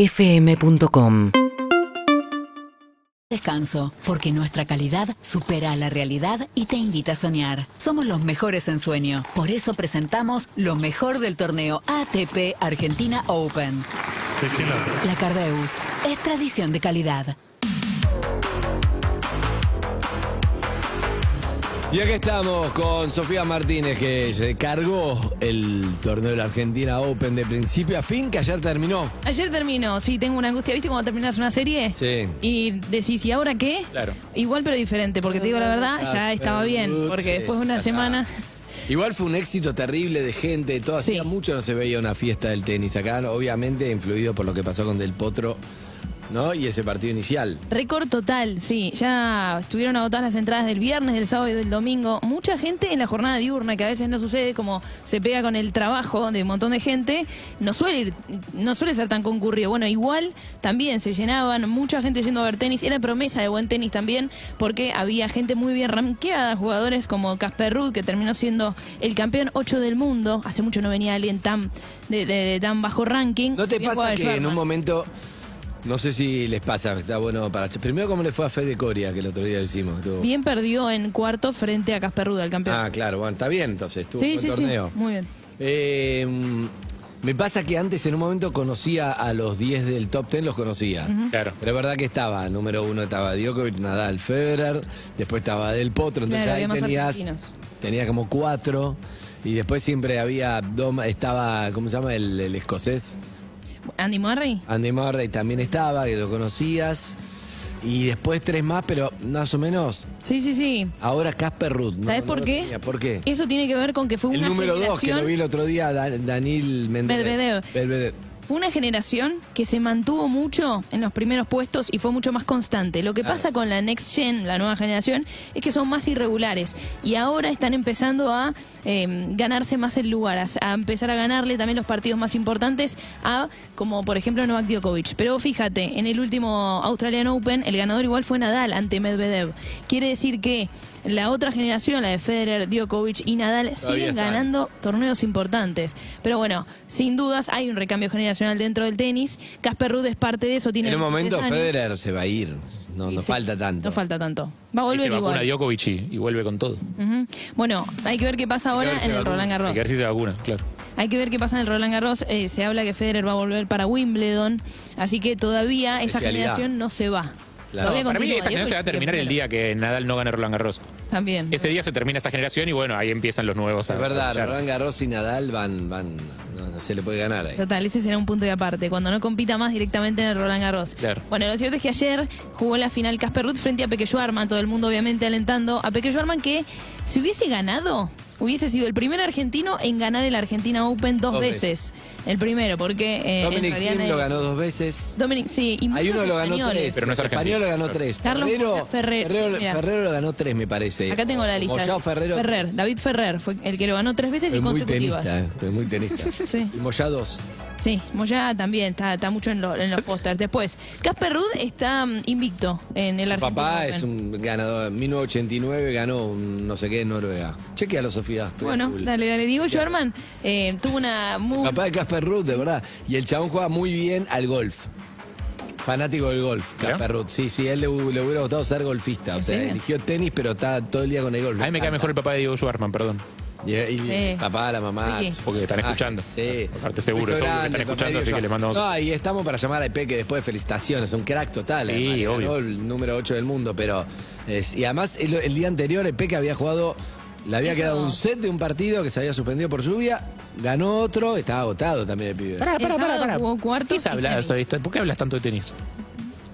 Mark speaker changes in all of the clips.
Speaker 1: urbanaplayfm.com
Speaker 2: Descanso, porque nuestra calidad supera a la realidad y te invita a soñar. Somos los mejores en sueño, por eso presentamos lo mejor del torneo ATP Argentina Open. La Cardeus es tradición de calidad.
Speaker 3: Y aquí estamos con Sofía Martínez, que se cargó el torneo de la Argentina Open de principio a fin, que ayer terminó.
Speaker 4: Ayer terminó, sí, tengo una angustia. ¿Viste cuando terminas una serie?
Speaker 3: Sí.
Speaker 4: Y decís, ¿y ahora qué?
Speaker 3: Claro.
Speaker 4: Igual pero diferente, porque te digo la verdad, ya estaba bien.
Speaker 3: Sí,
Speaker 4: Porque después de
Speaker 3: ya
Speaker 4: una
Speaker 3: está.
Speaker 4: semana.
Speaker 3: Igual fue un éxito terrible de gente, de todo.
Speaker 4: Sí.
Speaker 3: Hacía mucho no se veía una fiesta del tenis acá, obviamente influido por lo que pasó con Del Potro, ¿no? Y ese partido inicial.
Speaker 4: Récord total, sí. Ya estuvieron agotadas las entradas del viernes, del sábado y del domingo. Mucha gente en la jornada diurna, que a veces no sucede, como se pega con el trabajo de un montón de gente, no suele, ir- no suele ser tan concurrido. Bueno, igual también se llenaban, mucha gente yendo a ver tenis. Era promesa de buen tenis también, porque había gente muy bien ranqueada, jugadores como Casper Ruud, que terminó siendo el campeón 8 del mundo. Hace mucho no venía alguien tan de, de- de tan bajo ranking.
Speaker 3: ¿No
Speaker 4: Si
Speaker 3: te
Speaker 4: bien
Speaker 3: pasa
Speaker 4: jugaba el
Speaker 3: que en
Speaker 4: Schwarman.
Speaker 3: un momento, no sé si les pasa, está bueno para... Primero, ¿cómo le fue a Fede Coria, que el otro día lo hicimos? Estuvo-
Speaker 4: Bien perdió en cuarto frente a Casper Ruud, el campeón.
Speaker 3: Ah, claro, bueno, está bien entonces, estuvo
Speaker 4: Sí,
Speaker 3: buen
Speaker 4: sí,
Speaker 3: torneo.
Speaker 4: sí. Muy bien.
Speaker 3: Eh, me pasa que antes en un momento conocía a los 10 del top 10, los conocía.
Speaker 5: Claro.
Speaker 3: Pero es verdad que estaba, número uno estaba Djokovic, Nadal, Federer, después estaba Del Potro, entonces
Speaker 4: Claro, había
Speaker 3: ahí
Speaker 4: más
Speaker 3: tenías,
Speaker 4: argentinos.
Speaker 3: tenías como cuatro. Y después siempre había, dos- estaba, ¿cómo se llama? El, el escocés.
Speaker 4: Andy Murray.
Speaker 3: Andy Murray también estaba, que lo conocías. Y después tres más, pero más o menos.
Speaker 4: Sí, sí, sí.
Speaker 3: Ahora Casper Ruth. ¿no?
Speaker 4: ¿Sabes
Speaker 3: No
Speaker 4: por
Speaker 3: lo
Speaker 4: qué?
Speaker 3: tenía. ¿Por qué?
Speaker 4: Eso tiene que ver con que fue
Speaker 3: El
Speaker 4: una
Speaker 3: número dos que
Speaker 4: generación,
Speaker 3: lo vi el otro día, Da- Daniel Medvedev.
Speaker 4: Medvedev.
Speaker 3: Medvedev.
Speaker 4: fue una generación que se mantuvo mucho en los primeros puestos y fue mucho más constante. Lo que pasa con la next gen, la nueva generación, es que son más irregulares y ahora están empezando a eh, ganarse más el lugar, a, a empezar a ganarle también los partidos más importantes a, como por ejemplo Novak Djokovic. Pero fíjate, en el último Australian Open, el ganador igual fue Nadal ante Medvedev. Quiere decir que la otra generación, la de Federer, Djokovic y Nadal, siguen
Speaker 3: están.
Speaker 4: ganando ganando torneos importantes. Pero bueno, sin dudas hay un recambio generacional dentro del tenis. Casper Ruud es parte de eso. Tiene
Speaker 3: En un momento
Speaker 4: 23 años.
Speaker 3: Federer se va a ir. No,
Speaker 4: Y
Speaker 3: no
Speaker 4: sí,
Speaker 3: falta tanto.
Speaker 4: No falta tanto. Va a
Speaker 5: Ahí
Speaker 4: volver
Speaker 5: se vacuna
Speaker 4: igual.
Speaker 5: Djokovic y, y vuelve con todo.
Speaker 4: Ujú. Bueno, hay que ver qué pasa ahora
Speaker 3: ver si
Speaker 4: en el
Speaker 3: vacuna.
Speaker 4: Roland
Speaker 5: Hay
Speaker 4: Garros.
Speaker 5: que ver si se vacuna, claro.
Speaker 4: Hay que ver qué pasa en el Roland Garros. Eh, se habla que Federer va a volver para Wimbledon. Así que todavía esa
Speaker 3: Especialidad.
Speaker 4: generación no se va.
Speaker 3: Claro.
Speaker 4: Todavía
Speaker 5: Para mí
Speaker 4: continúa.
Speaker 5: esa generación se va a
Speaker 4: Djokovic
Speaker 5: terminar
Speaker 4: sigue
Speaker 5: el día que Nadal no gane Roland Garros.
Speaker 4: primero. También.
Speaker 5: Ese día se termina esa generación y bueno, ahí empiezan los nuevos. a-
Speaker 3: Es verdad,
Speaker 5: a brillar.
Speaker 3: Roland Garros y Nadal van, van, no, no se le puede ganar ahí.
Speaker 4: Total, ese será un punto de aparte, cuando no compita más directamente en el Roland Garros.
Speaker 5: Claro.
Speaker 4: Bueno, lo cierto es que ayer jugó la final Casper Ruth frente a Pequeño Arman, todo el mundo obviamente alentando a Pequeño Arman que si hubiese ganado, hubiese sido el primer argentino en ganar el Argentina Open dos,
Speaker 3: Dos veces.
Speaker 4: veces. El primero, porque eh, en
Speaker 3: Dominic
Speaker 4: realidad
Speaker 3: Thiem
Speaker 4: nadie-
Speaker 3: lo ganó dos veces.
Speaker 4: Dominic, sí, y
Speaker 3: Hay
Speaker 4: muchos
Speaker 3: uno lo ganó
Speaker 4: españoles.
Speaker 3: tres.
Speaker 5: Pero no es
Speaker 3: el
Speaker 5: argentino.
Speaker 3: español lo ganó tres.
Speaker 4: Carlos
Speaker 3: Ferrero,
Speaker 4: Ferrer,
Speaker 3: Ferrero,
Speaker 4: sí, mira.
Speaker 3: Ferrero lo ganó tres, me parece.
Speaker 4: Acá tengo la lista.
Speaker 3: Moyao Ferrero.
Speaker 4: Ferrer, David Ferrer fue el que lo ganó tres veces
Speaker 3: Estoy
Speaker 4: y
Speaker 3: muy
Speaker 4: consecutivas.
Speaker 3: tenista, eh, estoy muy tenista.
Speaker 4: Sí.
Speaker 3: Y Moyá dos.
Speaker 4: Sí, Moyá también está, está mucho en, lo- en los pósters. Después, Casper Ruud está mm, invicto en el
Speaker 3: Su
Speaker 4: Argentina
Speaker 3: papá
Speaker 4: Open.
Speaker 3: es un ganador. En 1989 ganó un no sé qué en Noruega. Chequealo, Sofía. estoy a
Speaker 4: Bueno,
Speaker 3: full.
Speaker 4: dale, dale. Diego Jorman eh, tuvo una muy...
Speaker 3: Papá de Casper Ruth, de verdad. Y el chabón juega muy bien al golf. Fanático del golf,
Speaker 5: ¿Ya?
Speaker 3: Casper Ruth. Sí, sí, a él le, hu- le hubiera gustado ser golfista. O
Speaker 4: ¿En
Speaker 3: sea,
Speaker 4: serio?
Speaker 3: eligió tenis, pero está todo el día con el golf.
Speaker 5: A mí me cae mejor el papá de Diego Schwarman, perdón.
Speaker 3: Y, y el papá, la mamá.
Speaker 4: Ricky.
Speaker 5: Porque están
Speaker 3: Ah,
Speaker 5: escuchando.
Speaker 3: Sí.
Speaker 5: Aparte seguro,
Speaker 3: Beso
Speaker 5: seguro que
Speaker 3: grande,
Speaker 5: están
Speaker 3: papá
Speaker 5: escuchando,
Speaker 3: de
Speaker 5: así que
Speaker 3: Dios.
Speaker 5: le mandamos-
Speaker 3: No, y estamos para llamar a Peque después. Felicitaciones, un crack total.
Speaker 5: Sí,
Speaker 3: además, ganó
Speaker 5: obvio.
Speaker 3: el número 8 del mundo, pero. es- y además, el, el día anterior, el Peque había jugado. Le había
Speaker 4: Eso.
Speaker 3: quedado un set de un partido que se había suspendido por lluvia. Ganó otro, estaba agotado también el pibe.
Speaker 5: Pará,
Speaker 4: El sábado jugó cuartos
Speaker 5: ¿Qué se
Speaker 4: y
Speaker 5: habla de
Speaker 4: semis.
Speaker 5: esa dista- ¿Por qué hablas tanto de tenis?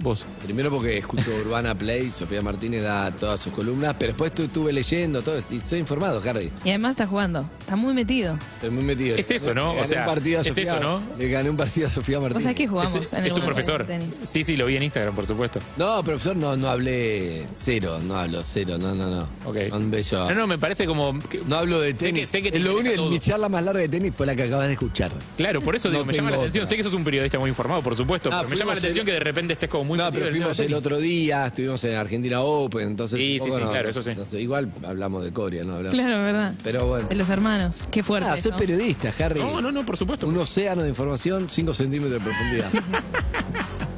Speaker 5: Vos.
Speaker 3: Primero porque escucho Urbana Play, Sofía Martínez da todas sus columnas, pero después tu- estuve leyendo todo y soy informado, Harry.
Speaker 4: Y además está jugando. Está muy metido.
Speaker 3: Estoy muy metido.
Speaker 5: Es
Speaker 3: Le-
Speaker 5: eso, ¿no?
Speaker 3: le
Speaker 5: O
Speaker 3: gané
Speaker 5: sea,
Speaker 3: un partido a
Speaker 5: es
Speaker 3: Sofía-
Speaker 5: eso, ¿no?
Speaker 3: Le gané un partido a Sofía
Speaker 4: ¿Vos
Speaker 3: Martínez.
Speaker 4: sabés que jugamos
Speaker 5: es
Speaker 4: en
Speaker 5: es tu
Speaker 4: algunos
Speaker 5: profesor.
Speaker 4: torneos de tenis?
Speaker 5: Sí, sí, lo vi en Instagram, por supuesto.
Speaker 3: No, profesor, no, no hablé cero, no hablo cero, no, no, no.
Speaker 5: Ok.
Speaker 3: Un bello-
Speaker 5: No, no, me parece como... que-
Speaker 3: No hablo de
Speaker 5: Sé que-
Speaker 3: tenis.
Speaker 5: sé que te
Speaker 3: lo
Speaker 5: interesa
Speaker 3: único,
Speaker 5: todo.
Speaker 3: mi charla más larga de tenis fue la que acabas de escuchar.
Speaker 5: Claro, por eso
Speaker 3: No
Speaker 5: digo, me llama la
Speaker 3: tengo
Speaker 5: atención.
Speaker 3: otra.
Speaker 5: Sé que sos un periodista muy informado, por supuesto,
Speaker 3: Ah,
Speaker 5: pero me llama la
Speaker 3: fuimos
Speaker 5: atención
Speaker 3: el-
Speaker 5: que de repente estés como muy
Speaker 3: no,
Speaker 5: metido
Speaker 3: pero
Speaker 5: en tema
Speaker 3: fuimos el
Speaker 5: tenis.
Speaker 3: otro día, estuvimos en Argentina Open, entonces.
Speaker 5: Sí,
Speaker 3: un
Speaker 5: sí,
Speaker 3: poco
Speaker 5: sí, claro, eso sí.
Speaker 3: no sé, igual hablamos de Corea, ¿no? Hablamos.
Speaker 4: Claro, verdad.
Speaker 3: Pero bueno.
Speaker 4: De los hermanos. Qué fuerte.
Speaker 3: Ah, soy
Speaker 4: eso.
Speaker 3: periodista, Harry.
Speaker 5: No, no, no, por supuesto.
Speaker 3: Un océano de información, 5 centímetros de profundidad.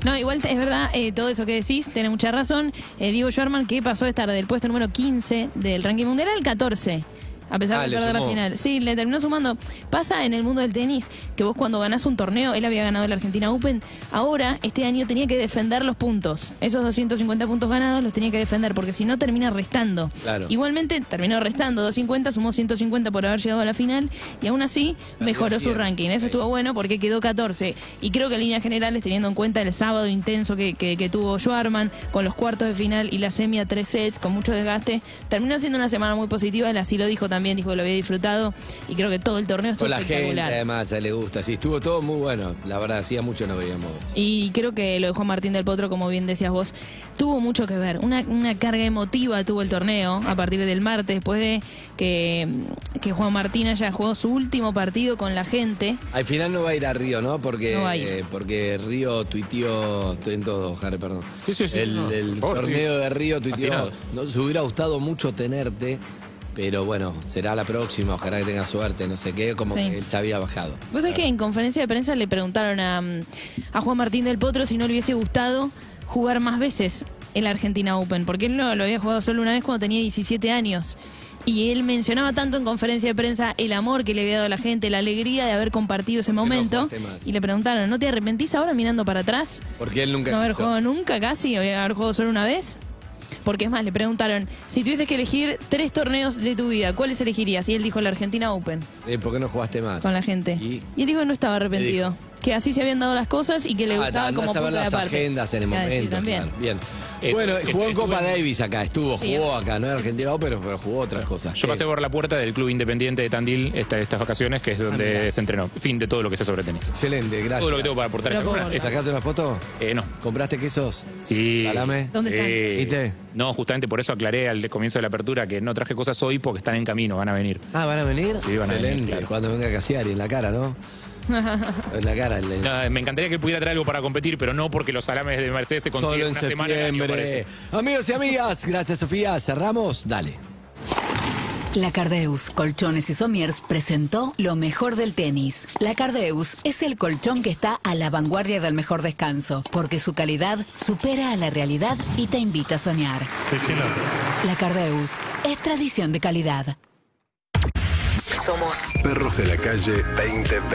Speaker 4: No, igual es verdad, eh, todo eso que decís, tiene mucha razón. Eh, Diego Schwarman, que pasó de estar del puesto número 15 del ranking mundial al 14. A pesar
Speaker 3: Ah,
Speaker 4: de
Speaker 3: le
Speaker 4: perder la
Speaker 3: sumó.
Speaker 4: final. Sí, le terminó sumando. Pasa en el mundo del tenis que vos cuando ganás un torneo, él había ganado el Argentina Open, ahora este año tenía que defender los puntos. Esos 250 puntos ganados los tenía que defender porque si no termina restando.
Speaker 3: Claro.
Speaker 4: Igualmente terminó restando 250, sumó 150 por haber llegado a la final y aún así
Speaker 3: Perdió
Speaker 4: mejoró su
Speaker 3: 100.
Speaker 4: ranking. Eso
Speaker 3: Sí.
Speaker 4: estuvo bueno porque quedó 14. Y creo que en líneas generales, teniendo en cuenta el sábado intenso que, que- que tuvo Schwarman, con los cuartos de final y la semi a tres sets, con mucho desgaste, terminó siendo una semana muy positiva. Él así lo dijo también, dijo que lo había disfrutado. Y creo que todo el torneo estuvo
Speaker 3: Con la gente,
Speaker 4: espectacular.
Speaker 3: además, a él le gusta. Sí, estuvo todo muy bueno. La verdad, hacía mucho no veíamos.
Speaker 4: Y creo que lo de Juan Martín del Potro, como bien decías vos, tuvo mucho que ver. Una, una carga emotiva tuvo el torneo a partir del martes, después de que, que Juan Martín haya jugado su último partido con la gente.
Speaker 3: Al final no va a ir a Río, ¿no? Porque,
Speaker 4: No va a ir.
Speaker 3: eh, porque Río tuiteó. Estoy en todo, Harry, perdón.
Speaker 5: Sí, sí, sí,
Speaker 3: El,
Speaker 5: no,
Speaker 3: el
Speaker 5: por favor,
Speaker 3: torneo
Speaker 5: sí.
Speaker 3: de Río tuiteó.
Speaker 5: Fascinado.
Speaker 3: Nos hubiera gustado mucho tenerte, pero bueno, será la próxima. Ojalá que tenga suerte, no sé qué. Como
Speaker 4: Sí.
Speaker 3: que él se había bajado.
Speaker 4: Vos sabés que en conferencia de prensa le preguntaron a, mm, a Juan Martín del Potro si no le hubiese gustado jugar más veces el Argentina Open, porque él lo, lo había jugado solo una vez cuando tenía 17 años. Y él mencionaba tanto en conferencia de prensa el amor que le había dado a la gente, la alegría de haber compartido ese momento.
Speaker 3: jugaste más.
Speaker 4: y le preguntaron, ¿no te arrepentís ahora mirando para atrás?
Speaker 3: Porque él nunca.
Speaker 4: No haber
Speaker 3: quiso.
Speaker 4: jugado nunca casi, haber jugado solo una vez. Porque es más, le preguntaron, si tuvieses que elegir tres torneos de tu vida, ¿cuáles elegirías? Y él dijo el Argentina Open
Speaker 3: Eh, ¿Por qué no jugaste más?
Speaker 4: con la gente.
Speaker 3: Y-
Speaker 4: Y, él dijo que no estaba arrepentido. Que así se habían dado las cosas y que le
Speaker 3: Ah,
Speaker 4: gustaba
Speaker 3: andás
Speaker 4: como
Speaker 3: a
Speaker 4: punto
Speaker 3: ver
Speaker 4: de
Speaker 3: las
Speaker 4: aparte.
Speaker 3: agendas en el
Speaker 4: Ah, sí,
Speaker 3: momento.
Speaker 4: también.
Speaker 3: claro, Bien.
Speaker 5: Eh,
Speaker 3: bueno,
Speaker 5: eh,
Speaker 3: jugó en
Speaker 5: estuve
Speaker 3: Copa
Speaker 5: en-
Speaker 3: Davis acá, estuvo,
Speaker 4: Sí,
Speaker 3: jugó
Speaker 4: eso-
Speaker 3: acá, no era Argentina, pero, pero jugó otras cosas.
Speaker 5: Yo pasé por la puerta del Club Independiente de Tandil esta- estas vacaciones, que es donde se entrenó. Fin de todo lo que sé sobre tenis.
Speaker 3: Excelente, Ah, gracias.
Speaker 5: Todo lo que tengo para aportar. en
Speaker 4: Pero
Speaker 5: la
Speaker 4: por-
Speaker 5: compra es-
Speaker 3: ¿Sacaste una foto?
Speaker 5: eh, no.
Speaker 3: ¿Compraste quesos?
Speaker 5: Sí.
Speaker 3: Salame.
Speaker 4: ¿Dónde
Speaker 5: Sí.
Speaker 3: están? ¿Viste?
Speaker 5: No, justamente por eso aclaré al comienzo de la apertura que no traje cosas hoy porque están en camino, van a venir.
Speaker 3: Ah, ¿van a venir?
Speaker 5: Sí, van a venir,
Speaker 3: Excelente.
Speaker 5: claro.
Speaker 3: Cuando venga Casiari, en la cara, ¿no? en la cara. el-
Speaker 5: No, me encantaría que pudiera traer algo para competir, pero no porque los salames de Mercedes se
Speaker 3: Solo
Speaker 5: consiguen
Speaker 3: en
Speaker 5: una semana al año,
Speaker 3: septiembre.
Speaker 5: parece.
Speaker 3: Amigos y amigas, gracias Sofía. Cerramos, dale.
Speaker 2: La Cardeus, Colchones y Somiers presentó lo mejor del tenis. La Cardeus es el colchón que está a la vanguardia del mejor descanso, porque su calidad supera a la realidad y te invita a soñar. La Cardeus es tradición de calidad.
Speaker 1: Somos
Speaker 6: Perros de la calle 2020.